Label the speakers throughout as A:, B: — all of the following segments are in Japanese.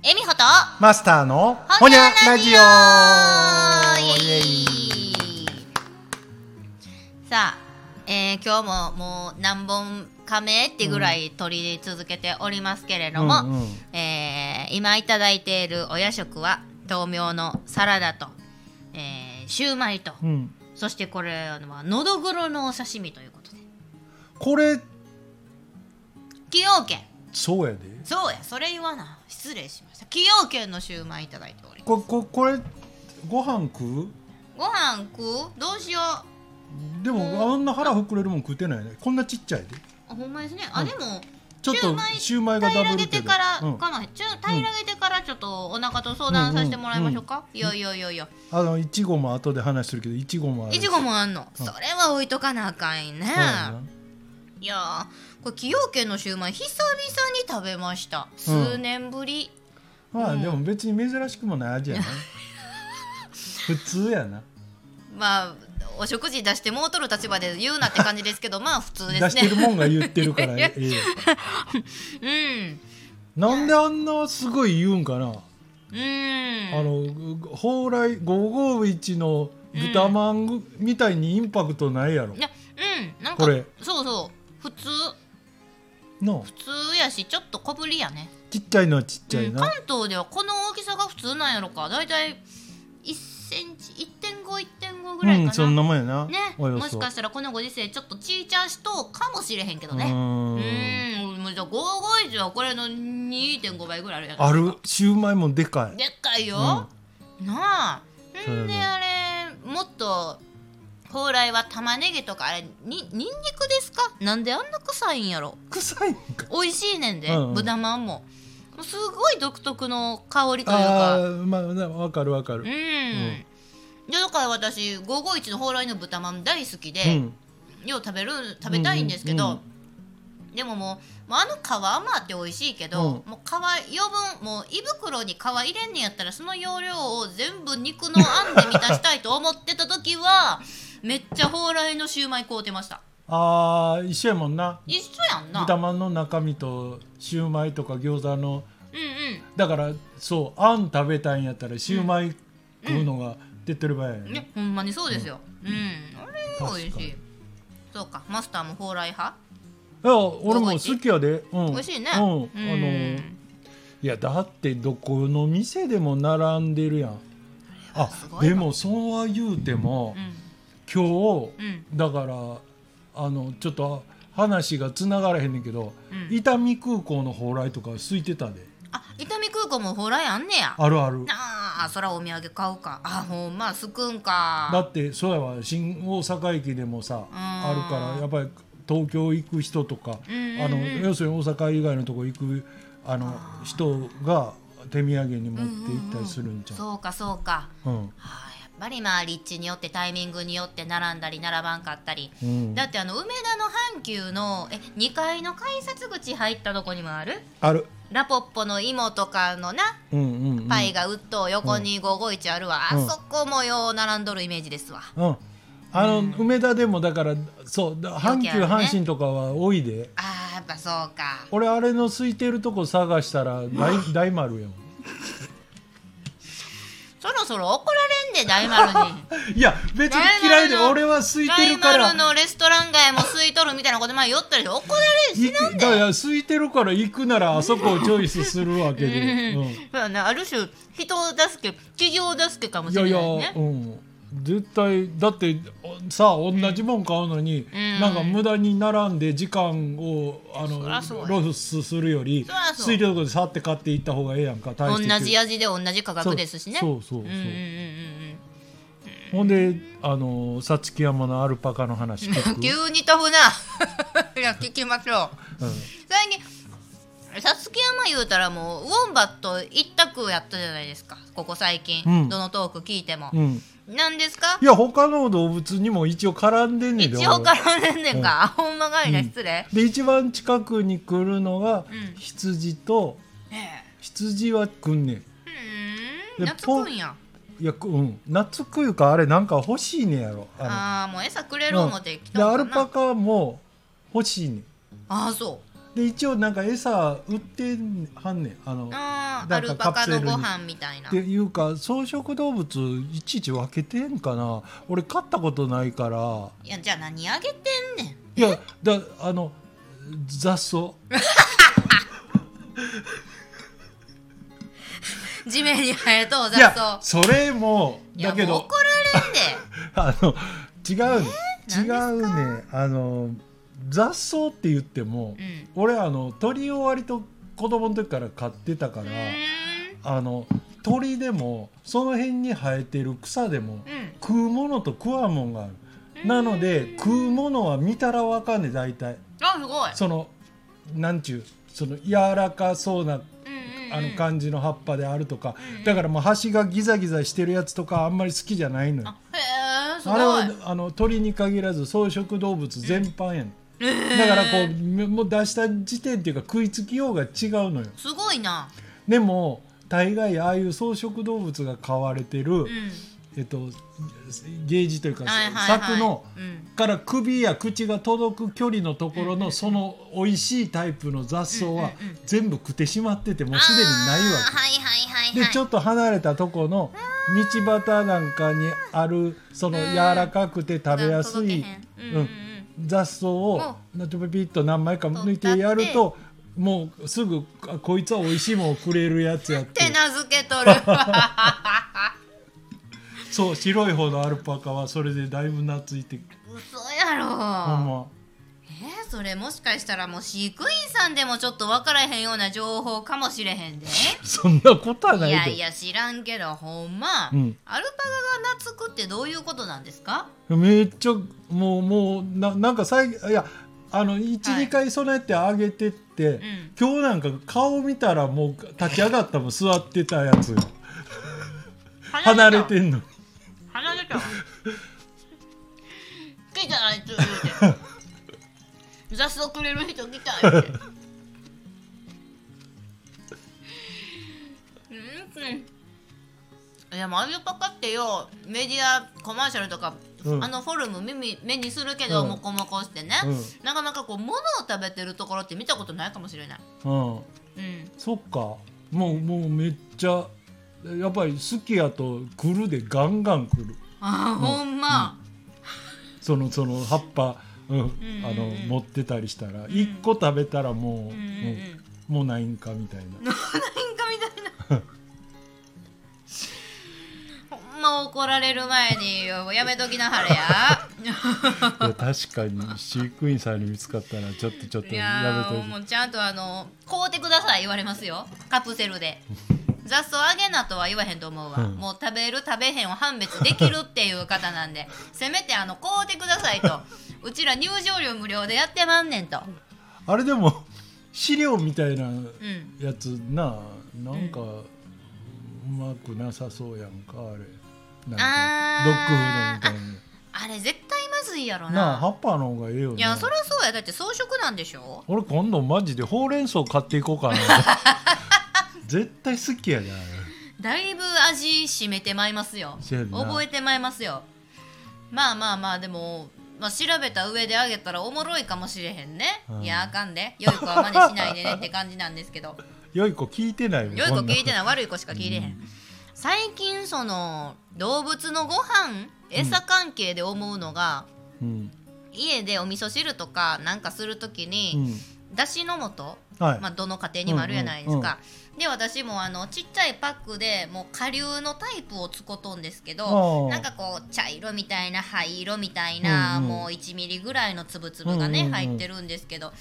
A: と
B: マスターの
A: ほにゃラジオ
B: イエイ
A: さあ、えー今日ももう何本か目ってぐらい取り続けておりますけれども、
B: うんうん
A: えー今いただいているお夜食は豆苗のサラダと、えーシューマイと、
B: うん、
A: そしてこれはのどぐろのお刺身ということで
B: これ
A: 崎陽軒
B: そうやで
A: そうやそれ言わな失礼しました崎陽軒のシューマイいただいております
B: こここれご飯食う
A: ご飯食うどうしよう
B: でもあんな腹膨れるもん食うてないねこんなちっちゃいで
A: あほんまですね。あ、
B: うん
A: でも、
B: ちょっとシ
A: シ
B: ュ
A: ュ
B: ー
A: ー
B: マ
A: マ
B: イ
A: イ
B: がダ
A: 平
B: ブ
A: ら
B: ル
A: げ
B: って
A: て
B: る
A: から、
B: うん
A: かまへん。ちゅ平らげてから、ちょっとお腹と相談させてもらいましょうか。いやいやいやいや。
B: あのいちごも後で話するけどいちごもある
A: いちごもあんの。それは置いとかなあかんね
B: そう。やない
A: やー、これ崎陽軒のシューマイ久々に食べました。数年ぶり。
B: まあ
A: うん
B: でも別に珍しくもない味 やな普通やな
A: まあ、お食事出してもうとる立場で言うなって感じですけ ど、まあ普通で
B: 出
A: す
B: してる
A: ね。
B: もんが言ってるからええ
A: うん。
B: なんであんなすごい言うんか
A: う
B: な
A: ん。
B: あの蓬莱551の豚まんぐみたいにインパクトないやろ
A: いや、うん。なんか、
B: これ
A: そうそう。普通、
B: の
A: 普通やし、ちょっと小ぶりやね。
B: ちっちゃいのはちっちゃい
A: うん関
B: な
A: 東ではこの大きさが普通なんやろかだいたい1センチ1.51.5ぐ
B: う
A: らい
B: ん
A: か
B: そん
A: な、
B: なもんやな
A: ね
B: およ
A: も
B: そ
A: しかしたらこのご時世ちょっとちいちゃしとうかもしれへんけど
B: う
A: ねう
B: ーん
A: ーんもうじゃあ551はこれの2.5倍ぐらいあるやん
B: あるシューマイもでかい
A: でっかいよ、なあ
B: そうやなん
A: であれもっと蓬莱は玉ねぎとかあれににんにくですかなんであんな臭いんやろ
B: 臭いんか
A: 美味しいねんで、
B: うんうん
A: 豚まんももうすごい独特の香りというか
B: あーまあなわかるわかる
A: うん、いやだから私551の蓬莱の豚まん大好きで、
B: うん
A: よう食べる食べたいんですけ
B: うんうん
A: ど、でももうもうあの皮は余って美味しいけど、もう皮余分もう胃袋に皮入れんねやったらその容量を全部肉のあんで満たしたいと思ってた時は めっちゃ蓬莱のシューマイ買うてました
B: あー一緒やもんな
A: 一緒やんな
B: 豚まんの中身とシューマイとか餃子の
A: うんうん
B: だからそうあん食べたいんやったらシューマイ食うのが出てる場合やね、
A: ね、ほんまにそうですよ。うん、あれ美味しい。そうか、マスターも蓬莱派。
B: いや俺も好きやで、うん、
A: 美味しいね。う
B: う
A: んん、
B: あのいやだってどこの店でも並んでるやんあ
A: すごい
B: で
A: わ
B: もそうは言うても、
A: うん、うん、
B: 今日だからあのちょっと話がつながらへんねんけど、
A: うん
B: 伊丹空港の蓬莱とか空いてたで
A: あ、伊丹空港も蓬莱あんねや。
B: あるある
A: なあ、そらお土産買うか。あ、ほんま、すくん
B: だ
A: か。
B: ってそうやわ新大阪駅でもさあるからやっぱり東京行く人とか、
A: うんうんうん
B: あの要するに大阪以外のとこ行くあの人が手土産に持って行ったりするんじゃん。
A: そうか、そうか。
B: うん
A: あーやっぱりまあ立地によってタイミングによって並んだり並ばんかったり、
B: うん
A: だってあの梅田の阪急のえ2階の改札口入ったとこにもある
B: ある。
A: ラポッポの芋とかのな
B: うんうん、うん。
A: パイがうっと横に551あるわ、
B: うん
A: あそこもよう並んどるイメージですわ、
B: うん。あの、梅田でもだからそうだ阪
A: 時
B: 急、
A: 々ね
B: 阪神とかは多いで。
A: あーやっぱそうか
B: 俺あれの空いてるとこ探したら 大大丸やもん。
A: そろそろ怒られんで大丸に
B: いや別に嫌いで
A: 大丸の
B: 俺は空いて
A: 大
B: るから。
A: 丸のレストラン街も空いとるみたいなこと前言ったでしょ怒られんし
B: 行くだから空いてるから行くならあそこをチョイスするわけで。うん
A: そうやねある種人助け企業助けかも
B: い
A: しれ
B: や
A: ない
B: い
A: ね
B: や、うん、絶対だっておさあ同じもん買うのに、
A: ん
B: なんか無駄に並んで時間をあの
A: そらそうや
B: ロスするより
A: そらそう
B: 空いてるとこでさって買っていった方がええやんか大して
A: 同じ味で同じ価格ですしね
B: そうそうそう
A: うん
B: そう
A: うんうん
B: ほんであのさつき山のアルパカの話聞
A: うん
B: く、
A: 急に飛ぶないや聞きましょう
B: う
A: 最近さつき山言うたらもうウォンバット一択やったじゃないですかここ最近、
B: うん
A: どのトーク聞いても
B: ん、うん、
A: なんですか
B: いや他の動物にも一応絡んでんねん
A: 一
B: で
A: 応
B: 俺
A: からねんねんか、あ ほんまがいな
B: うん
A: 失礼、
B: で一番近くに来るのが
A: うん
B: 羊と、
A: ね
B: 羊は来んねん
A: えうーん
B: で
A: 懐くんや
B: いやくうん懐くいうかあれなんか欲しいねやろの
A: ああーもう餌くれ
B: うん
A: る思ってき
B: で
A: た
B: ア
A: の
B: ル
A: かな、
B: パカも欲しいねん
A: ああそ
B: で一応なんか餌売ってはんねんあの
A: あー
B: な
A: ア
B: ん
A: ル
B: か
A: パ
B: カプ
A: カ
B: セ
A: の
B: ルに
A: ご飯みたいな
B: っていうか草食動物いちいち分けてんかな俺飼ったことないから
A: いやじゃあ何あげてんねん
B: いやだあの雑草
A: 地面に生えとう雑
B: いや
A: 草
B: それも
A: いや
B: だけ
A: もう
B: ど
A: 怒られんで
B: あの違うね、
A: えー
B: 違うねあの雑草って言っても、
A: うん
B: 俺あの鳥を割と子供の時から飼ってたから、
A: うーん
B: あの鳥でもその辺に生えてる草でも、
A: うん
B: 食うものと食わんもんがある、なので食うものは見たらわかんねえ大体
A: あすごい
B: そのなんちゅうその柔らかそうな
A: うんうん
B: あの
A: うん
B: 感じの葉っぱであるとか、
A: うん
B: だからもう端がギザギザしてるやつとかあんまり好きじゃないのよ。
A: あへえすご
B: あれ
A: い
B: はあの鳥に限らず草食動物全般やねん、だからこうめもう出した時点っていうか食いつきようが違うのよ
A: すごいな
B: でも大概ああいう草食動物が飼われてる、
A: うん
B: えっと、ゲージというか、
A: はいはいはい
B: 柵の
A: うん
B: から首や口が届く距離のところのその美味しいタイプの雑草は
A: うんうんうん
B: 全部食ってしまっててもうすでにないわ
A: あーはいはいはい
B: け
A: は
B: で
A: い
B: ちょっと離れたとこの道端なんかにあるその
A: うん
B: 柔らかくて食べやす
A: 届
B: い
A: けへんうんうんうん
B: 雑草をなんとピピッと何枚か抜いてやる
A: 取
B: ともうすぐあこいつは美味しいもんをくれるやつやって
A: 手なずけと るわ
B: そう白い方のアルパカはそれでだいぶ懐いて
A: 嘘やろ
B: ほんま。
A: えー、それもしかしたらもう飼育員さんでもちょっと分からへんような情報かもしれへんで
B: そんなことはいない
A: や
B: けど
A: いや知らんけどほんま、
B: うん
A: アルパカが懐くってどういうことなんですか
B: めっちゃもうもうななんか最近いやあの12、
A: はい
B: 回備えてあげてって、
A: ん
B: 今日なんか顔見たらもう立ち上がったもん座ってたやつが離れてんの
A: 離れたわ来たあいつ言うて雑草くれる人来た言うてうんいやマリオパカってよメディアコマーシャルとか、
B: うん
A: あのフォルム耳目にするけど、
B: うん
A: モコモコしてね、
B: う
A: なかなかこう物を食べてるところって見たことないかもしれない
B: う
A: う
B: ん
A: ん
B: そっかもうもうめっちゃやっぱり好きやと来るでガンガン来る
A: あー、ほんま、
B: そのその葉っぱ、うん
A: んうん
B: あの持ってたりしたら、一1個食べたら
A: う
B: もう、
A: ん、うんうん
B: うんもうないんかみたいな
A: 喧嘩 みたいなほんま怒られる前にやめときなはれ や
B: いや確かに飼育員さんに見つかったらちょっとちょっと
A: い
B: や
A: や
B: め
A: ーも
B: という
A: ちゃんとあの買うてください言われますよカプセルで雑草あげなとは言わへんと思うわ、
B: うん
A: もう食べる食べへんを判別できるっていう方なんでせめてあの買うてくださいとうちら入場料無料でやってまんねんと
B: あれでも資料みたいな
A: うん
B: やつななんかうまくなさそうやんかあれな
A: あー
B: んかドッグフードみ
A: あれ絶対まずいやろ
B: たいななあ
A: な
B: 葉っぱの方がええよ
A: いや
B: な
A: そりゃそうやだって装飾なんでしょ
B: 俺今度マジでほうれん草買ってい こうかな絶対好きやであれ
A: だいぶ味しめてまいますよ
B: せやな
A: 覚えてまいますよまあまあまあでも、まあ、調べた上であげたらおもろいかもしれへんね、
B: うん
A: いやあかんで良い子は真似しないでねって感じなんですけ ど
B: 良い子聞いてないもん
A: 良い子
B: こんな
A: 聞いてない悪い子しか聞いてへん、最近その動物のご飯餌関係で思うのが、
B: うん
A: 家でお味噌汁とかなんかするときに、
B: うん
A: だしの素、
B: はい、
A: まあ、どの家庭にもあるじゃないですか、で私もあのちっちゃいパックでもう下流のタイプをつことんですけ
B: あ
A: ど
B: あ
A: なんかこう茶色みたいな灰色みたいな、
B: うんうん
A: もう1ミリぐらいの粒々がね、
B: うんうんうん
A: 入ってるんですけどあ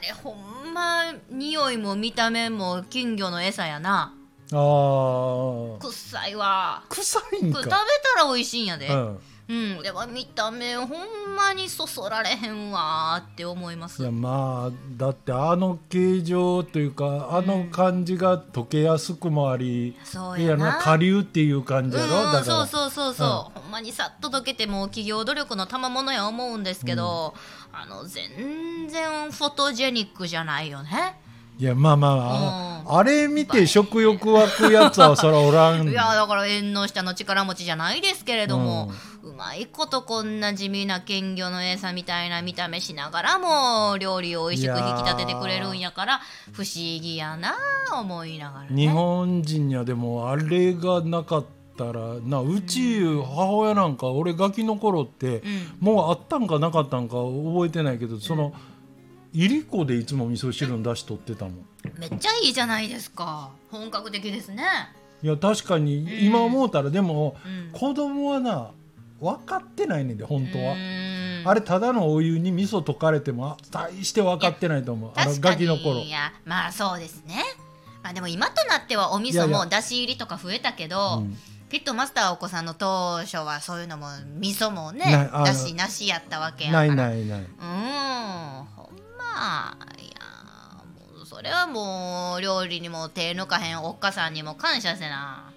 A: れほんま匂いも見た目も金魚の餌やな
B: あー
A: 臭いわ
B: 臭いん
A: これ食べ
B: か、
A: たら美味しいんやで、
B: う
A: うん
B: ん、
A: では見た目ほんまにそそられへんわーって思います
B: いやまあだってあの形状というかあの感じが溶けやすくもあり、
A: そう
B: い
A: や
B: や
A: な
B: な下流っていう感じやろ、
A: うんうん
B: だから
A: そうそうそうそう、ほんまにさっと溶けてもう企業努力の賜物や思うんですけど、あの全然フォトジェニックじゃないよね
B: いやまあまあ、あれ見て食欲湧くやつはそらおら ん
A: いやだから縁の下の力持ちじゃないですけれども、うまいことこんな地味な金魚の餌みたいな見た目しながらも料理を美味しく引き立ててくれるんやから不思議やなあ思いながら、ね、
B: 日本人にはでもあれがなかったらなうち母親なんか俺ガキの頃って、もうあったんかなかったんか覚えてないけどその、いりこでいつも味噌汁の出しとってたもん
A: めっちゃいいじゃないですか本格的ですね
B: いや確か
A: ん
B: に今思うたらでも、
A: うん
B: 子供はな分かってないねんで本当は、
A: うん
B: あれただのお湯に味噌溶かれてもあ大して分かってないと思うあの
A: 確か
B: ガ
A: に
B: キの頃
A: いやまあそうですねまあでも今となってはお味噌
B: いやい
A: も
B: や
A: 出し入りとか増えたけど
B: うん
A: きっとマスターお子さんの当初はそういうのも味噌もね
B: ないあ
A: だしなしやったわけやか
B: な
A: ら
B: いないない
A: うんほんまいやもうそれはもう料理にも手抜かへんおっかさんにも感謝せな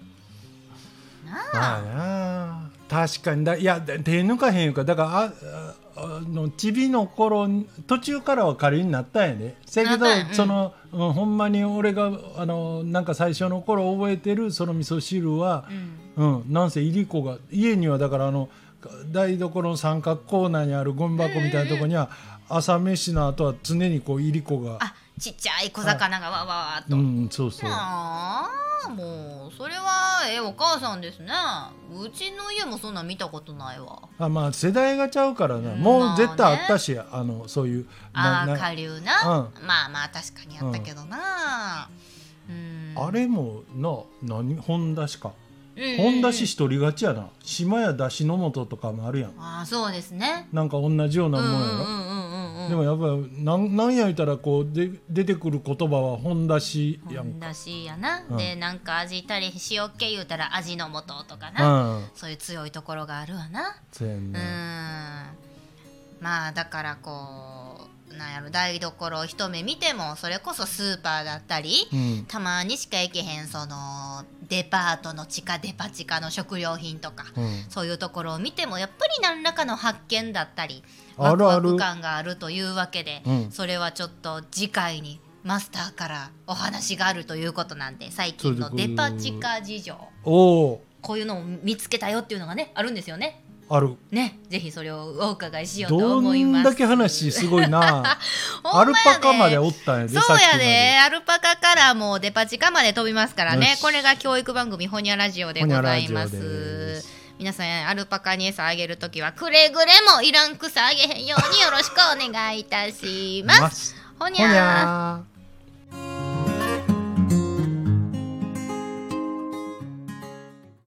B: まあなあ確かにだいやで手抜かへんいうかだからあああのちびの頃途中からは仮になったんやでせやけど、
A: なったんやうん
B: その、うん、ほんまに俺があのなんか最初の頃覚えてるその味噌汁は
A: う、ん
B: うん、なんせいりこが家にはだからあの台所の三角コーナーにあるゴミ箱みたいなとこには、朝飯の後は常にこういりこが
A: あちっちゃい小魚がわわわっと
B: うんそうそう
A: ああもうそれはええお母さんですねうちの家もそんなん見たことないわ
B: あまあ世代がちゃうからな、
A: うん
B: もう絶対あったし、あのそういう
A: あ
B: な
A: あ
B: な
A: 下流な、
B: う
A: まあまあ確かにやったけどなうん、
B: あれもな何本だしか
A: うん
B: 本だし一人勝ちやな島やだしの素とかもあるやん
A: ああそうですね
B: なんか同じよう
A: う
B: なん
A: う
B: も
A: ん
B: ん
A: う
B: やろ、
A: んうんうんうん
B: でもやっぱなんなんや言うたらこうで出てくる言葉は本だしやん
A: 本だしやな、
B: うん
A: でなんか味たり塩気言うたら味の素とかな、
B: かうん
A: そういう強いところがあるわな
B: そうやん
A: う
B: な、
A: んまあだからこうなんやろ台所を一目見てもそれこそスーパーだったり、
B: うん
A: たまにしか行けへんそのデパートの地下デパ地下の食料品とか、
B: うん
A: そういうところを見てもやっぱり何らかの発見だったり
B: あ
A: ワク
B: るあ
A: ワ
B: る
A: ク感があるというわけで、
B: うん
A: それはちょっと次回にマスターからお話があるということなんで最近のデパ地下事情
B: おお
A: こういうのを見つけたよっていうのがねあるんですよね。
B: ある
A: ね、ぜひそれをお伺いしようと
B: ど
A: 思いま
B: ん
A: す。
B: だけ話すごいな
A: ほ
B: ア
A: ん
B: ル
A: まや
B: パカまでおったんやで
A: そうやで、アルパカからもうデパ地下まで飛びますからね
B: よ。し
A: これが教育番組、ホニャラジオでございま
B: ホニャラジオですす。
A: 皆さん、アルパカに餌あげるときは、くれぐれもいらん草あげへんようによろしくお願いいたし
B: さっきまで
A: ます。
B: す
A: ほに
B: ほに
A: ゃー。
B: ゃー